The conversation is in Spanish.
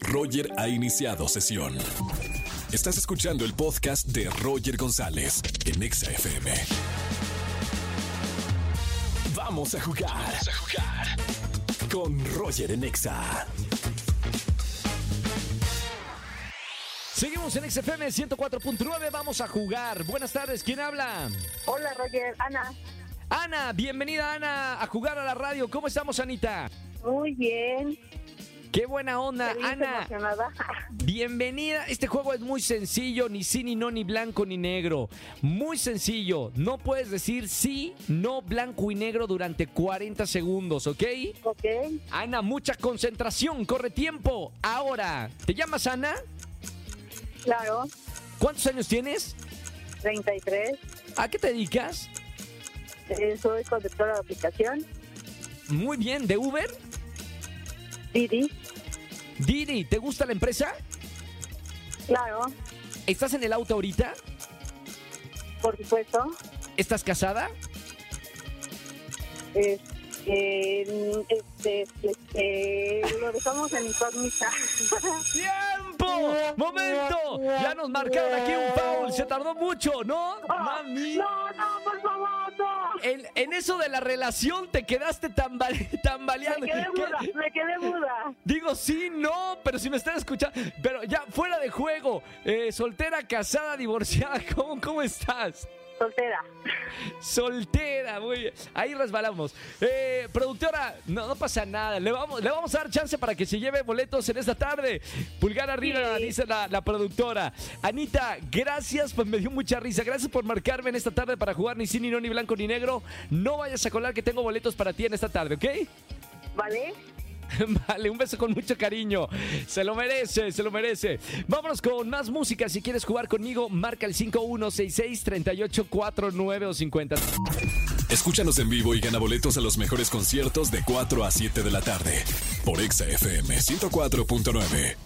Roger ha iniciado sesión. Estás escuchando el podcast de Roger González en Exa FM. Vamos a jugar. Vamos a jugar. Con Roger en Exa. Seguimos en XFM 104.9, vamos a jugar. Buenas tardes, ¿quién habla? Hola, Roger. Ana. Ana, bienvenida Ana a jugar a la radio. ¿Cómo estamos, Anita? Muy bien. Qué buena onda, Feliz, Ana. emocionada. Bienvenida. Este juego es muy sencillo, ni sí, ni no, ni blanco, ni negro. Muy sencillo. No puedes decir sí, no, blanco y negro durante 40 segundos, ¿ok? Ok. Ana, mucha concentración, corre tiempo. Ahora, ¿te llamas Ana? Claro. ¿Cuántos años tienes? 33. ¿A qué te dedicas? Eh, soy conductora de aplicación. Muy bien, ¿de Uber? Didi. Didi, ¿te gusta la empresa? Claro. ¿Estás en el auto ahorita? Por supuesto. ¿Estás casada? Eh, eh, este, este, lo dejamos en incógnita. ¡Tiempo! ¡Momento! Ya nos marcaron aquí un foul. Se tardó mucho, Ah, ¿no? Mami. no, no, por favor, no. En, en eso de la relación te quedaste tambale- Me tambaleando. quedé ¿Qué? muda, me quedé muda. Digo, sí, no, pero si me están escuchando. Pero ya, fuera de juego. Eh, soltera, casada, divorciada, ¿cómo, cómo estás? Soltera. Soltera, muy bien. Ahí resbalamos. Eh, productora, no, no pasa nada. Le vamos, le vamos a dar chance para que se lleve boletos en esta tarde. Pulgar arriba, Sí. dice la, la productora. Anita, gracias, pues me dio mucha risa. Gracias por marcarme en esta tarde para jugar ni sí, ni no, ni blanco, ni negro. No vayas a colar que tengo boletos para ti en esta tarde, ¿ok? ¿Vale? Vale, un beso con mucho cariño. Se lo merece, se lo merece. Vámonos con más música. Si quieres jugar conmigo, marca el 5166-3849 o 50. Escúchanos en vivo y gana boletos a los mejores conciertos de 4 a 7 de la tarde por Exa FM 104.9.